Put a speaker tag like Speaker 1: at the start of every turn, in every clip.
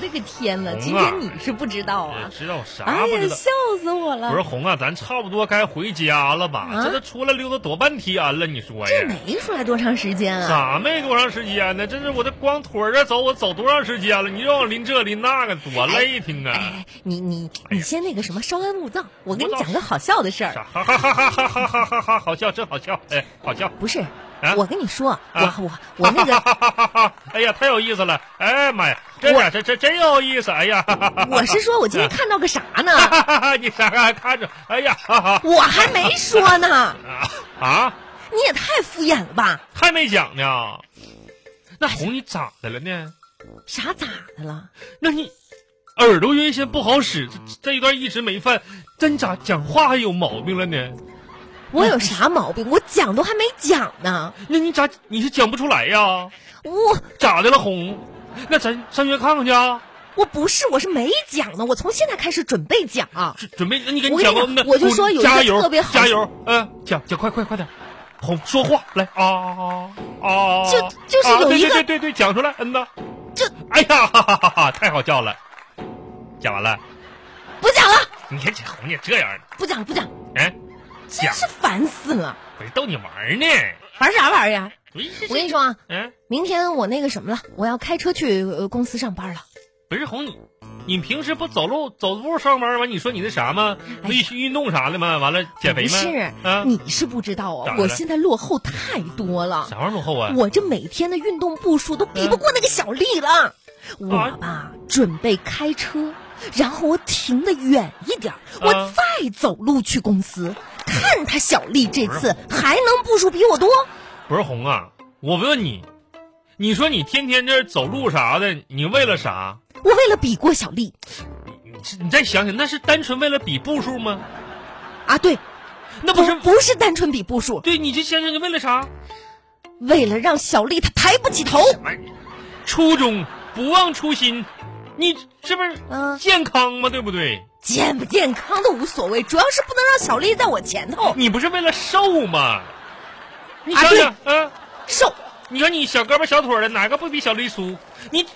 Speaker 1: 这个天呐，
Speaker 2: 红啊
Speaker 1: 今天你是不知道
Speaker 2: 呃
Speaker 1: 啊！
Speaker 2: 知道啥
Speaker 1: 哎
Speaker 2: 不知
Speaker 1: 呀，
Speaker 2: 道？
Speaker 1: 笑死我了！
Speaker 2: 不是红啊，咱差不多该回家了吧？
Speaker 1: 啊
Speaker 2: 这都出来溜达多半天了，你说
Speaker 1: 这
Speaker 2: 呀？
Speaker 1: 没出来多长时间啊？
Speaker 2: 咋没多长时间呢？这是我这光腿儿着走，我走多长时间了？你让我拎这拎那个，多累挺啊！
Speaker 1: 哎，你你
Speaker 2: 哎
Speaker 1: 你
Speaker 2: 呀
Speaker 1: 先那个什么，稍安勿躁。我跟你
Speaker 2: 我倒
Speaker 1: 讲个好笑的事
Speaker 2: 啥
Speaker 1: 儿，
Speaker 2: 哈哈哈哈哈哈哈哈哈！好笑，真好笑，哎，好笑。
Speaker 1: 不是
Speaker 2: 啊，
Speaker 1: 我跟你说，我我我那 个
Speaker 2: 哈哈哈哈！哎呀，太有意思了！哎妈呀，这
Speaker 1: 我
Speaker 2: 点这这真有意思！哎呀，哈哈哈
Speaker 1: 我是说我
Speaker 2: 啊
Speaker 1: 今天看到个啥呢？
Speaker 2: 哈哈哈！你啥还看着？哎呀，哈哈
Speaker 1: 我还没说呢，
Speaker 2: 啊啊！
Speaker 1: 你也太敷衍了吧？
Speaker 2: 还没讲呢。那红你咋的了呢？
Speaker 1: 啥咋的了？
Speaker 2: 那你耳朵原先不好使，这这一段一直没犯，真咋讲话还有毛病了呢？
Speaker 1: 我
Speaker 2: 哎
Speaker 1: 有啥毛病？我讲都还没讲呢，
Speaker 2: 那你咋你是讲不出来呀？
Speaker 1: 我
Speaker 2: 咋的了红？那咱上学看看去啊！
Speaker 1: 我不是，我是没讲呢，我从现在开始准备讲啊。
Speaker 2: 准准备，那你给
Speaker 1: 我
Speaker 2: 你
Speaker 1: 跟
Speaker 2: 讲
Speaker 1: 你
Speaker 2: 吧。
Speaker 1: 讲
Speaker 2: 那
Speaker 1: 我就说有一个
Speaker 2: 加油，
Speaker 1: 特别好
Speaker 2: 加油，嗯、讲讲快快快点，红说话来啊啊！
Speaker 1: 就就是有一个
Speaker 2: 啊、对对对对，讲出来，嗯呐，
Speaker 1: 这
Speaker 2: 哎呀，哈哈哈哈，太好笑了，讲完了，
Speaker 1: 不讲了，
Speaker 2: 你看这红姐这样的。
Speaker 1: 不讲了，不讲了，
Speaker 2: 哎，
Speaker 1: 真
Speaker 2: 讲
Speaker 1: 是烦死了！
Speaker 2: 我是逗你玩儿呢。
Speaker 1: 玩啥玩呀？我跟你说啊，
Speaker 2: 嗯，
Speaker 1: 明天我那个什么了，我要开车去、呃、公司上班了。
Speaker 2: 不是红你，你平时不走路走步上班完？你说你那啥吗？
Speaker 1: 哎
Speaker 2: 不运运动啥的吗？完了减肥
Speaker 1: 不
Speaker 2: 吗？
Speaker 1: 是，
Speaker 2: 啊，
Speaker 1: 你是不知道啊
Speaker 2: 咋，的
Speaker 1: 我现在落后太多了，
Speaker 2: 啥玩意儿落后啊？
Speaker 1: 我这每天的运动步数都比不过那个小丽
Speaker 2: 啊
Speaker 1: 了。我吧，准备开车，然后我停得远一点儿，我
Speaker 2: 啊
Speaker 1: 再走路去公司。看她小丽这次还能步数比我多？
Speaker 2: 不是红啊，我问你，你说你天天这走路啥的，你为了啥？
Speaker 1: 我为了比过小丽
Speaker 2: 你你再想想，那是单纯为了比步数吗？
Speaker 1: 啊，对，
Speaker 2: 那不
Speaker 1: 不
Speaker 2: 是，
Speaker 1: 不是单纯比步数，
Speaker 2: 对，你就想想你为了啥？
Speaker 1: 为了让小丽她抬不起头。
Speaker 2: 初衷不忘初心，你这不是
Speaker 1: 嗯
Speaker 2: 健康吗？对不对？
Speaker 1: 健不健康都无所谓，主要是不能让小丽在我前头
Speaker 2: 你不是为了瘦吗？你
Speaker 1: 啊
Speaker 2: 想
Speaker 1: 对
Speaker 2: 想，啊，
Speaker 1: 瘦。
Speaker 2: 你看你小胳膊小腿儿的，哪个不比小丽粗？你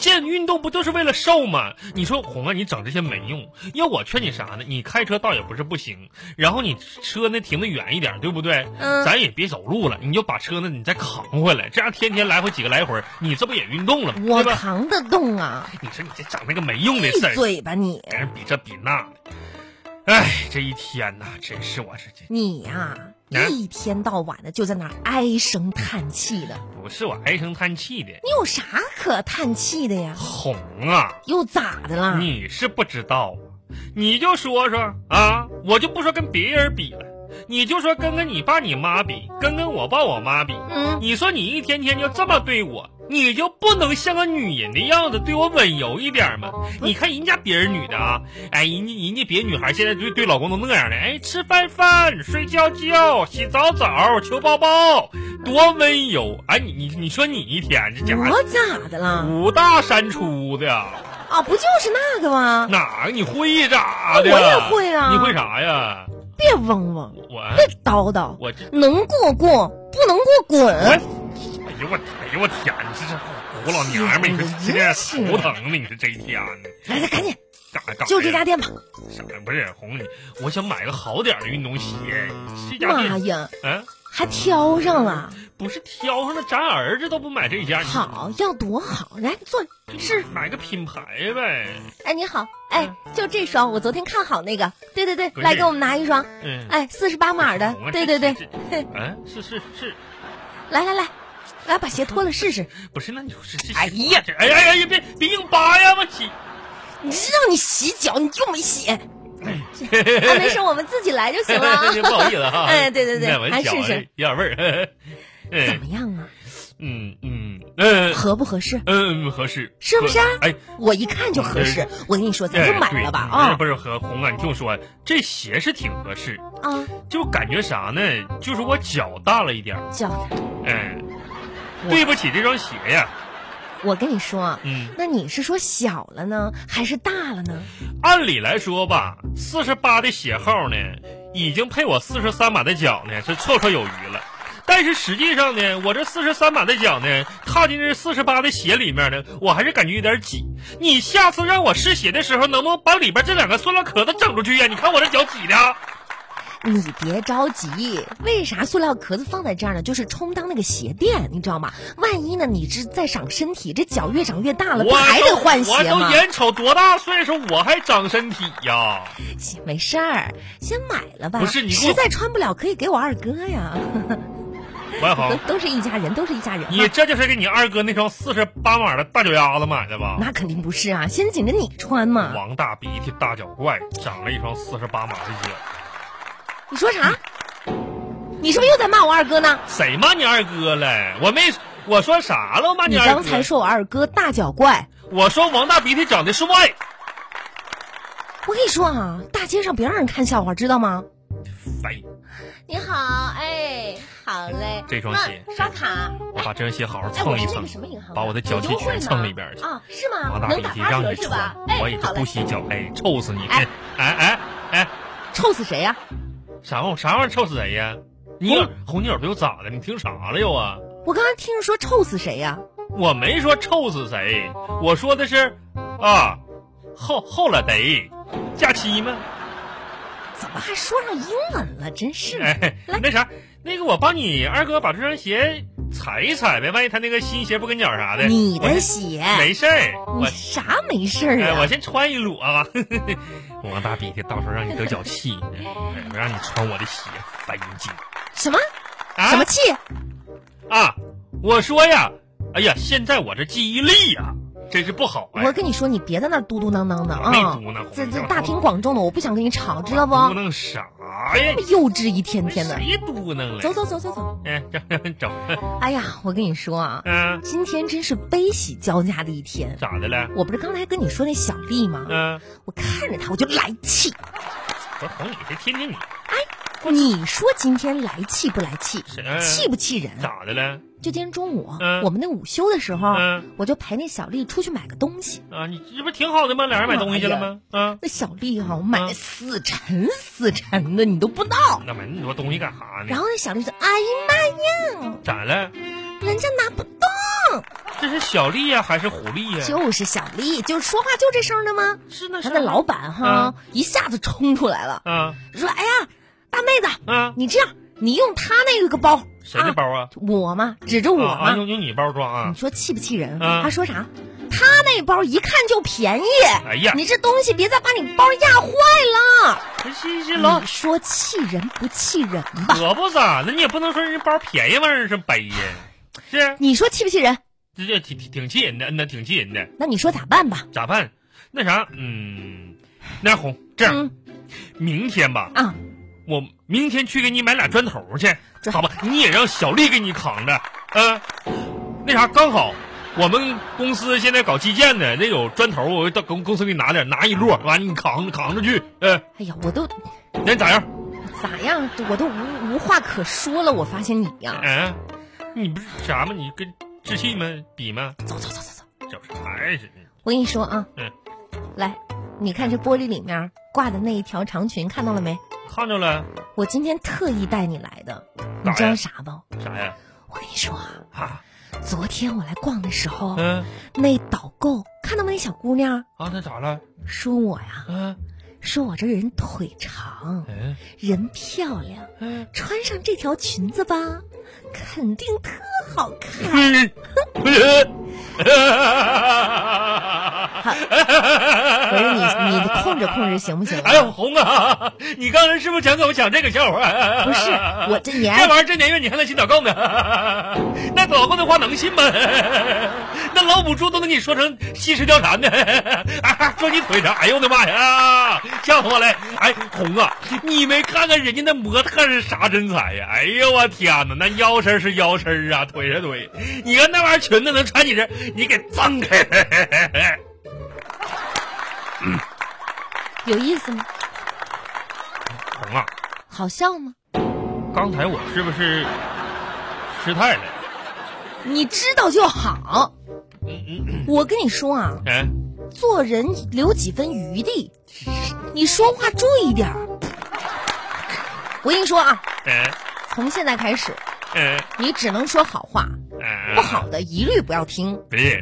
Speaker 2: 这运动不就是为了瘦吗？你说红啊，你整这些没用。要我劝你啥呢？你开车倒也不是不行，然后你车呢停的远一点，对不对？
Speaker 1: 嗯
Speaker 2: 咱也别走路了，你就把车呢你再扛回来，这样天天来回几个来回，你这不也运动了吗？
Speaker 1: 我
Speaker 2: 对吧？
Speaker 1: 扛得动啊！
Speaker 2: 你说你这整那个没用的
Speaker 1: 闭
Speaker 2: 事儿，
Speaker 1: 嘴吧你！
Speaker 2: 在那比这比那的，哎，这一天呐，真是我是这。
Speaker 1: 你呀、
Speaker 2: 嗯
Speaker 1: 一天到晚的就在那儿唉声叹气的，
Speaker 2: 不是我唉声叹气的，
Speaker 1: 你有啥可叹气的呀？
Speaker 2: 红啊，
Speaker 1: 又咋的啦？
Speaker 2: 你是不知道啊，你就说说啊，我就不说跟别人比了，你就说跟跟你爸你妈比，跟跟我爸我妈比，
Speaker 1: 嗯，
Speaker 2: 你说你一天天就这么对我，你就不能像个女人的样子对我温柔一点吗？你看人家别人女的啊，哎，人家人家别女孩现在对对老公都那样的，哎，吃饭饭，睡觉觉，洗澡澡，求抱抱，多温柔！哎，你你你说你一天这家伙
Speaker 1: 我咋的啦？
Speaker 2: 五大三粗的，
Speaker 1: 啊，不就是那个吗？
Speaker 2: 哪个你会咋的？
Speaker 1: 我也会啊
Speaker 2: 你会啥呀？
Speaker 1: 别嗡嗡，
Speaker 2: 我
Speaker 1: 别叨叨，
Speaker 2: 我这
Speaker 1: 能过过，不能过
Speaker 2: 我，哎
Speaker 1: 滚。
Speaker 2: 呦我哎呦我天，你这是胡老娘们儿，你说今天头疼啊呢，你说这一天呢，
Speaker 1: 来来，赶紧
Speaker 2: 干干啥呀
Speaker 1: 就这家店吧。
Speaker 2: 啥呀不是红你，我想买个好点儿的运动鞋，这家
Speaker 1: 妈
Speaker 2: 店
Speaker 1: 呀，
Speaker 2: 嗯、
Speaker 1: 还挑上了，
Speaker 2: 不是挑上了，咱儿子都不买这家，你
Speaker 1: 好要多好，来坐。是
Speaker 2: 买个品牌呗，
Speaker 1: 哎，你好，哎，就这双，我昨天看好那个，对对对，
Speaker 2: 嗯不是
Speaker 1: 来给我们拿一双，
Speaker 2: 嗯，
Speaker 1: 哎，四十八码的
Speaker 2: 红啊，
Speaker 1: 对对对，，
Speaker 2: 这这这嗯、是是是，
Speaker 1: 来来来，来把鞋脱了试试。
Speaker 2: 不是那你说这这，
Speaker 1: 哎呀
Speaker 2: 这哎呀哎呀别别硬扒呀，我去。嗯
Speaker 1: 你这让你洗脚，你又 没洗啊？
Speaker 2: 嘿嘿嘿
Speaker 1: 没事，我们自己来就 行了啊。
Speaker 2: 不好意思哈。
Speaker 1: 哎对对对
Speaker 2: 那我
Speaker 1: 来
Speaker 2: 小
Speaker 1: 试
Speaker 2: 啊
Speaker 1: 试，
Speaker 2: 有点味儿。
Speaker 1: 怎
Speaker 2: 嗯
Speaker 1: 么样啊？
Speaker 2: 嗯嗯嗯
Speaker 1: 合不合适？
Speaker 2: 嗯，合适，
Speaker 1: 是不是啊
Speaker 2: 哎，
Speaker 1: 我一看就合适
Speaker 2: 哎，
Speaker 1: 我跟你说，咱
Speaker 2: 哎
Speaker 1: 就买了吧
Speaker 2: 对
Speaker 1: 啊
Speaker 2: 不是不是，和红啊，你听我说，这鞋是挺合适，
Speaker 1: 啊！
Speaker 2: 就感觉啥呢？就是我脚大了一点儿，
Speaker 1: 脚，
Speaker 2: 嗯，对不起这双鞋呀，
Speaker 1: 我跟你说啊，
Speaker 2: 嗯，
Speaker 1: 那你是说小了呢，还是大了呢？
Speaker 2: 按理来说吧，四十八的鞋号呢，已经配我四十三码的脚呢，是绰绰有余了。但是实际上呢，我这四十三码的脚呢，踏进这四十八的鞋里面呢，我还是感觉有点挤。你下次让我试鞋的时候，能不能把里边这两个塑料壳子整出去呀、你看我这脚挤的。啊
Speaker 1: 你别着急，为啥塑料壳子放在这儿呢？就是充当那个鞋垫，你知道吗？万一呢，你这再长身体，这脚越长越大啊了，不
Speaker 2: 我
Speaker 1: 还
Speaker 2: 都
Speaker 1: 得换
Speaker 2: 我
Speaker 1: 鞋
Speaker 2: 都
Speaker 1: 吗？
Speaker 2: 眼瞅多大岁数，我还长身体呀？
Speaker 1: 行没事儿，先买了吧。
Speaker 2: 不是你给我
Speaker 1: 实在穿不了，可以给我二哥呀。
Speaker 2: 万豪
Speaker 1: 都，都是一家人，都是一家人
Speaker 2: 哦你
Speaker 1: 嘛。
Speaker 2: 这就是给你二哥那双四十八码的大脚丫子买的吧？
Speaker 1: 那肯定不是啊，先紧着你穿嘛。
Speaker 2: 王大鼻涕大脚怪长了一双四十八码的脚，
Speaker 1: 你说啥？你是不是又在骂我二哥呢？
Speaker 2: 谁骂你二哥了？我没我说啥了？我骂
Speaker 1: 你
Speaker 2: 二哥？
Speaker 1: 刚才说我二哥大脚怪，
Speaker 2: 我说王大鼻涕长得帅，
Speaker 1: 我跟你说啊，大街上别让人看笑话，知道吗？
Speaker 2: 哎，
Speaker 1: 你好，哎，好嘞。
Speaker 2: 这双鞋
Speaker 1: 那刷卡。
Speaker 2: 我把这双鞋好好
Speaker 1: 哎，
Speaker 2: 蹭
Speaker 1: 我
Speaker 2: 一
Speaker 1: 是那
Speaker 2: 蹭
Speaker 1: 个，什么银行的，
Speaker 2: 把我的脚气
Speaker 1: 有优惠
Speaker 2: 裙
Speaker 1: 吗
Speaker 2: 蹭里边去。
Speaker 1: 啊，是吗？
Speaker 2: 王大
Speaker 1: 能
Speaker 2: 鼻
Speaker 1: 打
Speaker 2: 涕
Speaker 1: 八
Speaker 2: 让
Speaker 1: 折
Speaker 2: 你
Speaker 1: 是
Speaker 2: 穿
Speaker 1: 吧？，哎，
Speaker 2: 我也就
Speaker 1: 好嘞
Speaker 2: 不洗脚，哎，臭死你！
Speaker 1: 哎
Speaker 2: 哎哎哎，
Speaker 1: 臭死谁呀、
Speaker 2: 啥玩意儿啥玩意儿臭死谁呀？你
Speaker 1: 红
Speaker 2: 有红你耳朵又咋的？你听啥了又啊？
Speaker 1: 我刚才听着说臭死谁呀、
Speaker 2: 我没说臭死谁，我说的是啊，后后了得假期吗？
Speaker 1: 怎么还说上英文了？真是的。
Speaker 2: 哎，那啥，那个我帮你二哥把这双鞋踩一踩呗，万一他那个新鞋不跟脚啥的。
Speaker 1: 你
Speaker 2: 我
Speaker 1: 的
Speaker 2: 先
Speaker 1: 鞋，
Speaker 2: 没事儿，
Speaker 1: 你
Speaker 2: 我
Speaker 1: 啥没事儿
Speaker 2: 哎，
Speaker 1: 啊？
Speaker 2: 我先穿一裸 啊。王大鼻涕，到时候让你得脚气，哎我让你穿我的鞋，烦人精
Speaker 1: 什么、
Speaker 2: 啊
Speaker 1: 什么气？
Speaker 2: 啊！我说呀，哎呀，现在我这记忆力呀、真是不好哎。
Speaker 1: 我跟你说，你别在那儿嘟嘟囔囔的
Speaker 2: 我没
Speaker 1: 啊
Speaker 2: 嘟囔！
Speaker 1: 这这
Speaker 2: 我
Speaker 1: 大庭广众的，我不想跟你吵，知道不？
Speaker 2: 嘟囔啥呀
Speaker 1: 这？么幼稚一天天的。
Speaker 2: 谁嘟囔了？
Speaker 1: 走，走走走走！
Speaker 2: 哎， 整整，
Speaker 1: 哎呀，我跟你说啊，
Speaker 2: 嗯，
Speaker 1: 今天真是悲喜交加的一天。
Speaker 2: 咋的了？
Speaker 1: 我不是刚才跟你说那小丽吗？
Speaker 2: 嗯，
Speaker 1: 我看着她我就来气。
Speaker 2: 不是哄你，这天天你
Speaker 1: 你说今天来气不来气？
Speaker 2: 谁嗯
Speaker 1: 气不气人啊？
Speaker 2: 咋的了？
Speaker 1: 就今天中午
Speaker 2: 嗯，
Speaker 1: 我们那午休的时候
Speaker 2: 嗯，
Speaker 1: 我就陪那小丽出去买个东西。
Speaker 2: 啊，你这不挺好的吗？俩人买东西去了吗？啊，
Speaker 1: 那小丽哈、我买了
Speaker 2: 嗯
Speaker 1: 死沉死沉的，你都不知道。
Speaker 2: 那买那么多东西干啥呢
Speaker 1: 哎然？后那小丽说：“哎呀妈呀，
Speaker 2: 咋了？
Speaker 1: 人家拿不动。
Speaker 2: 这是小丽呀、还是狐狸”呀、
Speaker 1: 就是小丽，就是说话就这声儿的吗？
Speaker 2: 是那
Speaker 1: 她
Speaker 2: 是嗯
Speaker 1: 的老板哈、一下子冲出来了，
Speaker 2: 啊
Speaker 1: 说：“哎呀，大妹子，
Speaker 2: 啊，
Speaker 1: 你这样，你用她那个包，
Speaker 2: 谁的
Speaker 1: 啊？
Speaker 2: 包啊？
Speaker 1: 我嘛，指着我
Speaker 2: 啊啊，
Speaker 1: 嘛。
Speaker 2: 用用你包装
Speaker 1: 你
Speaker 2: 啊？
Speaker 1: 说气不气人？
Speaker 2: 嗯
Speaker 1: 他说啥？他那包一看就便宜。
Speaker 2: 哎呀，
Speaker 1: 嗯你这东西别再把你包压坏了。
Speaker 2: 这这这老
Speaker 1: 你说气人不气人吧？
Speaker 2: 可不咋的，你也不能说人家包便宜玩意儿是背呀，是
Speaker 1: 你说气不气人？
Speaker 2: 这这挺挺挺气人的，嗯，那挺气人的，
Speaker 1: 那你说咋办吧？
Speaker 2: 咋办？那啥，嗯，那样红这样，
Speaker 1: 嗯
Speaker 2: 明天吧，
Speaker 1: 啊，
Speaker 2: 我明天去给你买俩砖头去，
Speaker 1: 砖
Speaker 2: 好吧？你也让小丽给你扛着，嗯、那啥，刚好我们公司现在搞基建的，那有砖头，我到公公司给你拿点，拿一摞，完你扛扛着去，嗯、
Speaker 1: 哎呀，我都
Speaker 2: 那咋样？
Speaker 1: 咋样？我都无无话可说了。我发现你呀、
Speaker 2: 嗯、你不是啥吗？你跟志气吗？比吗？
Speaker 1: 走走走走走，
Speaker 2: 找啥呀？
Speaker 1: 我跟你说啊，
Speaker 2: 嗯
Speaker 1: 来，你看这玻璃里面挂的那一条长裙，看到了没？
Speaker 2: 看着了，
Speaker 1: 我今天特意带你来的，你
Speaker 2: 干
Speaker 1: 知
Speaker 2: 啥
Speaker 1: 道
Speaker 2: 呀
Speaker 1: 啥不？
Speaker 2: 啥呀？
Speaker 1: 我跟你说啊，
Speaker 2: 啊，
Speaker 1: 昨天我来逛的时候，
Speaker 2: 嗯、
Speaker 1: 那导购看到那小姑娘，
Speaker 2: 啊，那咋了？
Speaker 1: 说我呀，
Speaker 2: 嗯、
Speaker 1: 说我这人腿长，
Speaker 2: 嗯
Speaker 1: 人漂亮，
Speaker 2: 嗯，
Speaker 1: 穿上这条裙子吧，肯定特好 看。
Speaker 2: 嗯，
Speaker 1: 可是哎你你控制控制行不行啊？
Speaker 2: 啊哎呦，红啊！你刚才是不是想给我讲这个笑话？
Speaker 1: 不是
Speaker 2: 啊
Speaker 1: 我这
Speaker 2: 这
Speaker 1: 年
Speaker 2: 玩意儿这年月你还能信导购呢？ 那导购的话能信吗？那老母猪都能给你说成吸食貂蝉呢？ 啊，说你腿长，哎呦我的妈呀，吓死我了！哎，红啊，你没看看人家那模特是啥身材呀？哎呦我天哪，那腰身是腰身啊，腿是腿，你看那玩意儿裙子能穿你这，你给脏开了。
Speaker 1: 有意思吗？
Speaker 2: 红啊，
Speaker 1: 好笑吗？
Speaker 2: 刚才我是不是失态了？
Speaker 1: 你知道就好。
Speaker 2: 嗯嗯嗯，
Speaker 1: 我跟你说啊，
Speaker 2: 哎。
Speaker 1: 做人留几分余地，你说话注意点儿。我跟你说啊，
Speaker 2: 哎
Speaker 1: 从现在开始，
Speaker 2: 嗯
Speaker 1: 你只能说好话，
Speaker 2: 嗯，
Speaker 1: 不好的一律不要听。
Speaker 2: 对，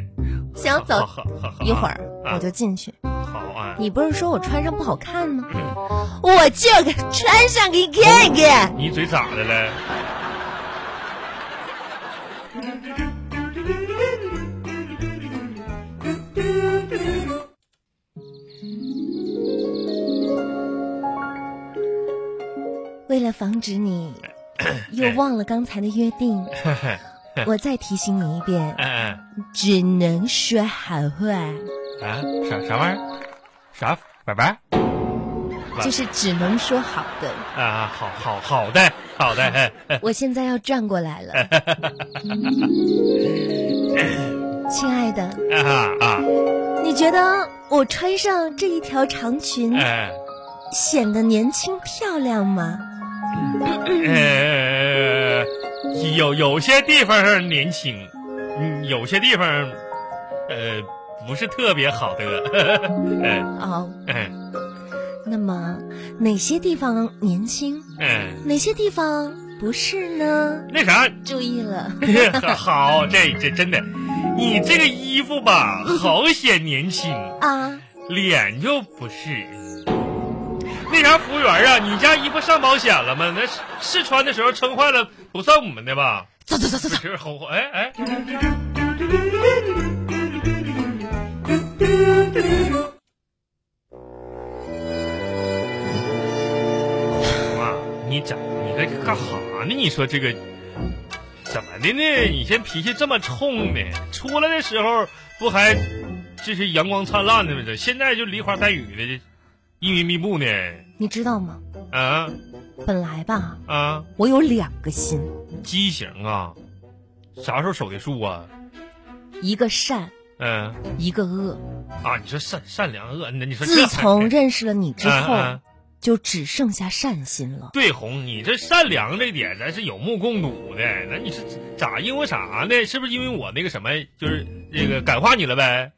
Speaker 1: 行，走，
Speaker 2: 好好好
Speaker 1: 一会儿
Speaker 2: 啊
Speaker 1: 我就进去。
Speaker 2: 好啊，
Speaker 1: 你不是说我穿上不好看吗？
Speaker 2: 嗯
Speaker 1: 我就给穿上给你看看。
Speaker 2: 你嘴咋的了？
Speaker 1: 为了防止你 又忘了刚才的约定，我再提醒你一遍，
Speaker 2: 嗯
Speaker 1: 只能说好话，
Speaker 2: 嗯啊，啥啥玩意儿？啥玩意儿？
Speaker 1: 就是只能说好的。
Speaker 2: 啊，好好好的好的，哎 哎
Speaker 1: 我现在要转过来 了，亲爱的，
Speaker 2: 啊啊
Speaker 1: 你觉得我穿上这一条长裙
Speaker 2: 哎
Speaker 1: 显得年轻漂亮吗？
Speaker 2: 呃，哎有有些地方年轻，嗯，有些地方，呃，不是特别好的，嗯
Speaker 1: 哦，
Speaker 2: 嗯
Speaker 1: 那么哪些地方年轻，
Speaker 2: 嗯，
Speaker 1: 哪些地方不是呢？
Speaker 2: 那啥，
Speaker 1: 注意了，
Speaker 2: 好，这这真的，你这个衣服吧，好显年轻，
Speaker 1: 啊，
Speaker 2: 脸就不是。那啥，服务员啊，你家衣服上保险了吗？那试试穿的时候撑坏了，不算我们的吧？
Speaker 1: 走走走走走，
Speaker 2: 是红红，哎哎。妈，你咋你在干哈呢？你说这个怎么的呢？你这脾气这么冲呢？出来的时候不还这是阳光灿烂的吗？这现在就梨花带雨的，这阴云密布呢？
Speaker 1: 你知道吗？
Speaker 2: 啊
Speaker 1: 本来吧，
Speaker 2: 啊，
Speaker 1: 我有两个心，
Speaker 2: 畸形啊！啥时候守的住啊？
Speaker 1: 一个善，
Speaker 2: 嗯、
Speaker 1: 一个恶。
Speaker 2: 啊，你说善善良恶，你你说这啊
Speaker 1: 自从认识了你之后，
Speaker 2: 嗯嗯
Speaker 1: 就只剩下善心了。
Speaker 2: 对红，你这善良这点咱是有目共睹的。那你是咋因为啥呢？是不是因为我那个什么，就是那个感化你了呗？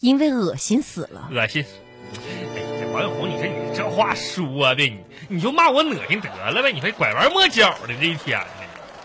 Speaker 1: 因为恶心死了。
Speaker 2: 恶心！哎，这王红，你说你这话说的，你你就骂我恶心得了呗？你还拐弯抹角的这一天呢？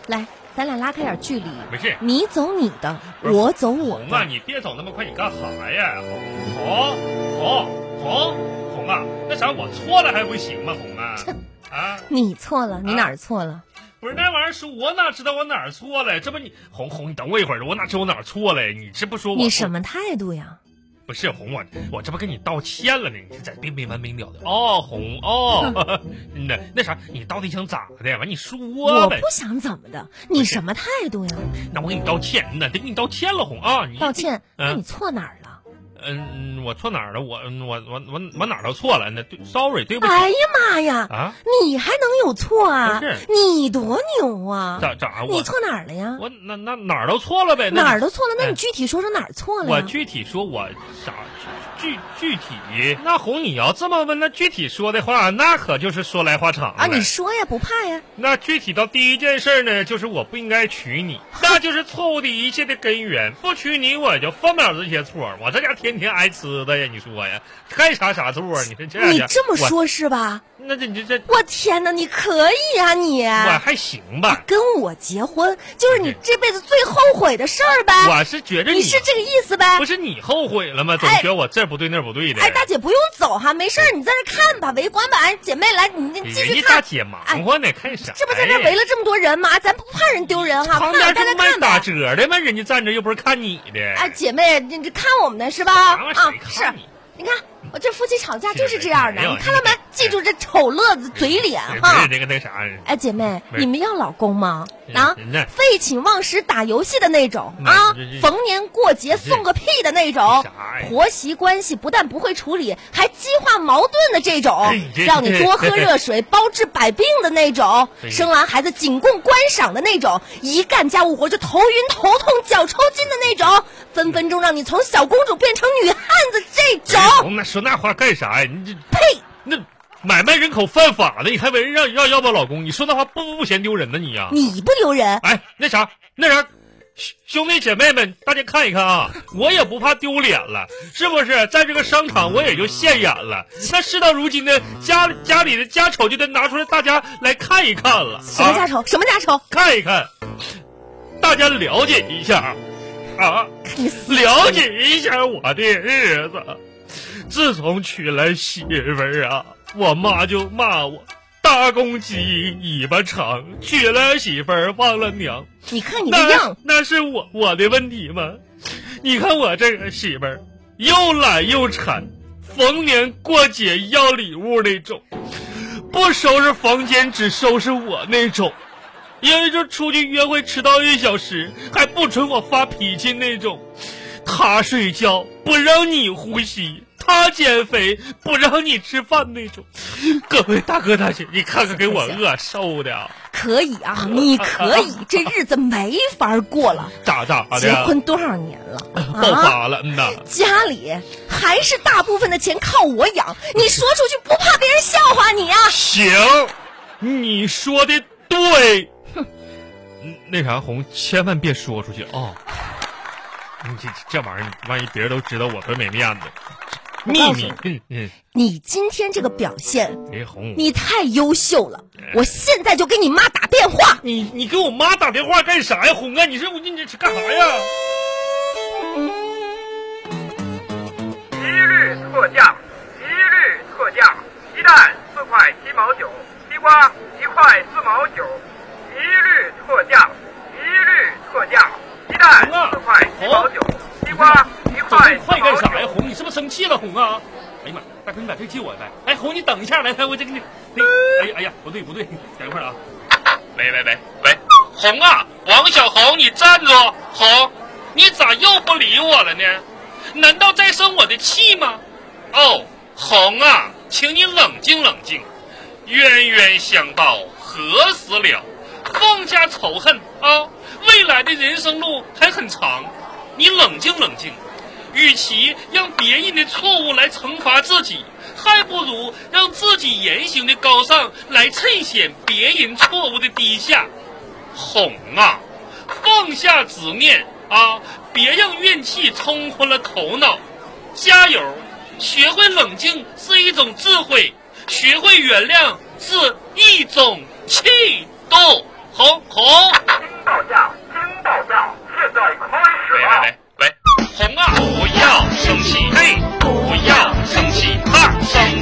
Speaker 1: 来，咱俩拉开点距离，
Speaker 2: 没事，
Speaker 1: 你走你的，
Speaker 2: 不是
Speaker 1: 我走我
Speaker 2: 红啊，
Speaker 1: 的。
Speaker 2: 你别走那么快，你干啥呀？红红红红啊，那啥，我错了还不行吗？红啊
Speaker 1: 切
Speaker 2: 啊！
Speaker 1: 你错了，你哪儿错了？
Speaker 2: 不是那玩意儿说，我哪知道我哪儿错了？这不你红红，你等我一会儿，我哪知道我哪儿错了？你这不说我
Speaker 1: 你什么态度呀？
Speaker 2: 不是红我我这不跟你道歉了呢？你这咋别没完没了的？哦，红 哦，那那啥，你到底想咋的？完你说
Speaker 1: 我
Speaker 2: 啊呗
Speaker 1: 不。想怎么的，你什么态度呀？
Speaker 2: 那我给你道歉，那得给你道歉了，红啊！你
Speaker 1: 道歉，
Speaker 2: 嗯
Speaker 1: 那你错哪儿了？
Speaker 2: 嗯，我错哪儿了？我我我我我哪儿都错了？那对，sorry，对不起、
Speaker 1: 哎呀妈呀，
Speaker 2: 啊！
Speaker 1: 你还能有错啊
Speaker 2: 不是？
Speaker 1: 你多牛啊！
Speaker 2: 咋咋
Speaker 1: 你
Speaker 2: 我
Speaker 1: 错哪儿了呀？
Speaker 2: 我哪哪哪儿都错了呗？那
Speaker 1: 哪儿都错了，那
Speaker 2: 哎
Speaker 1: 你具体说说哪儿错了
Speaker 2: 我
Speaker 1: 呀？
Speaker 2: 具体说，我啥具具体？那红，你要这么问，那具体说的话，那可就是说来话长了。
Speaker 1: 啊，你说呀，不怕呀？
Speaker 2: 那具体到第一件事儿呢，就是我不应该娶 你，那就是错误的一切的根源。不娶你，我就犯不了这些错。我这家天天挨呲的呀，你说呀，该啥啥错。你说这样
Speaker 1: 你
Speaker 2: 家
Speaker 1: 这么，
Speaker 2: 我
Speaker 1: 说，是吧？
Speaker 2: 那这你这这
Speaker 1: 我天哪，你可以啊你！
Speaker 2: 我还行吧？
Speaker 1: 跟我结婚就是你
Speaker 2: 对
Speaker 1: 这辈子最后悔的事儿呗。
Speaker 2: 我是觉着啊
Speaker 1: 啊你是这个意思呗
Speaker 2: 不？是你后悔了吗？总
Speaker 1: 哎
Speaker 2: 觉得我这不对那不对的。
Speaker 1: 哎，大姐不用走哈，没事儿，你在这看吧，围观吧。哎，姐妹来，你你继
Speaker 2: 人家
Speaker 1: 续
Speaker 2: 大
Speaker 1: 看，啊
Speaker 2: 姐忙活呢，看啥呀？
Speaker 1: 这不在这围了这么多人吗？咱不怕人丢人哈，
Speaker 2: 旁
Speaker 1: 怕
Speaker 2: 边这
Speaker 1: 大家
Speaker 2: 不卖
Speaker 1: 啊看
Speaker 2: 打
Speaker 1: 呗。
Speaker 2: 折的吗？人家站着又不是看你的。
Speaker 1: 哎，姐妹，你这看我们的是吧？
Speaker 2: 哪有
Speaker 1: 啊
Speaker 2: 谁，
Speaker 1: 是
Speaker 2: 看你，
Speaker 1: 你看我这夫妻吵架就是这样的，
Speaker 2: 没有
Speaker 1: 你看到没
Speaker 2: 你？
Speaker 1: 记住这丑乐子嘴脸
Speaker 2: 哎不
Speaker 1: 哈
Speaker 2: 是。那个那啥，
Speaker 1: 哎，姐妹，
Speaker 2: 不是
Speaker 1: 你们要老公吗？啊
Speaker 2: 嗯那，
Speaker 1: 废寝忘食打游戏的那种
Speaker 2: 那
Speaker 1: 啊
Speaker 2: 这这，
Speaker 1: 逢年过节送个屁的那种
Speaker 2: 这啥呀，
Speaker 1: 婆媳关系不但不会处理，还激化矛盾的这种
Speaker 2: 哎，这
Speaker 1: 让你多喝热水包治百病的那种，
Speaker 2: 对
Speaker 1: 生完孩子仅供观赏的那种，一干家务活就头晕头痛脚抽筋的那种，分分钟让你从小公主变成女汉子这种，
Speaker 2: 红那说那话干啥呀？你这
Speaker 1: 呸！
Speaker 2: 那买卖人口犯法的，你还为人让让要不老公？你说那话不不不嫌丢人呢你呀、
Speaker 1: 你不丢人，
Speaker 2: 哎，那啥那啥，兄弟姐妹们，大家看一看啊，我也不怕丢脸了，是不是？在这个商场，我也就现眼了。那事到如今呢，家家里的家丑就得拿出来，大家来看一看了。
Speaker 1: 什么家
Speaker 2: 啊？
Speaker 1: 丑？什么家丑？
Speaker 2: 看一看，大家了解一下，啊，
Speaker 1: 看你死
Speaker 2: 了解一下我的日子。自从娶来媳妇儿啊，我妈就骂我大公鸡尾巴长，娶了媳妇儿忘了娘。
Speaker 1: 你看你
Speaker 2: 那
Speaker 1: 这样，
Speaker 2: 那是我我的问题吗？你看我这个媳妇儿，又懒又馋，逢年过节要礼物那种，不收拾房间只收拾我那种，因为就出去约会迟到一小时还不准我发脾气那种，他睡觉不让你呼吸。他减肥不让你吃饭那种，各位大哥大姐，你看看给我饿瘦的、啊，
Speaker 1: 可以啊，你可以，这日子没法过 了。
Speaker 2: 咋咋的？
Speaker 1: 结婚多少年了
Speaker 2: 爆
Speaker 1: 啊？
Speaker 2: 发了，嗯呐。
Speaker 1: 家里还是大部分的钱靠我养， 你说出去不怕别人笑话你啊？
Speaker 2: 行，你说的对。哼，那啥红，千万别说出去啊、你这这玩意儿，万一别人都知道，我多没面子。秘
Speaker 1: 告诉
Speaker 2: 密，嗯嗯，
Speaker 1: 你今天这个表现，
Speaker 2: 哎红，
Speaker 1: 你太优秀了，我现在就给你妈打电话。
Speaker 2: 你你给我妈打电话干啥呀？红啊，你说我你你这干啥呀？
Speaker 3: 一律特价，一律特价，鸡蛋四块七毛九，西瓜一块四毛九，一律特价，一律特价，鸡蛋四块七毛九，西瓜一块四
Speaker 2: 快干
Speaker 3: 毛
Speaker 2: 啥
Speaker 3: 九
Speaker 2: 呀？。红，你是不是生气了？红啊！哎呀妈，大哥，你把这借我呗。哎，红，你等一下，来来，我这给你。那个哎呀哎呀，不对不对，等一会儿啊。喂喂喂喂，红啊，王小红，你站住！红，你咋又不理我了呢？难道在生我的气吗？哦，红啊，请你冷静冷静。冤冤相报何时了？放下仇恨啊！未来的人生路还很长，你冷静冷静。与其让别人的错误来惩罚自己，还不如让自己言行的高尚来衬显别人错误的低下。哄啊，放下执念啊，别让怨气冲昏了头脑。加油！学会冷静是一种智慧，学会原谅是一种气度。红红。
Speaker 3: 听到价，听到价，现在开始
Speaker 2: 喂
Speaker 3: 了。
Speaker 2: 喂喂喂，红啊！不要生气，嘿，不要生气，二生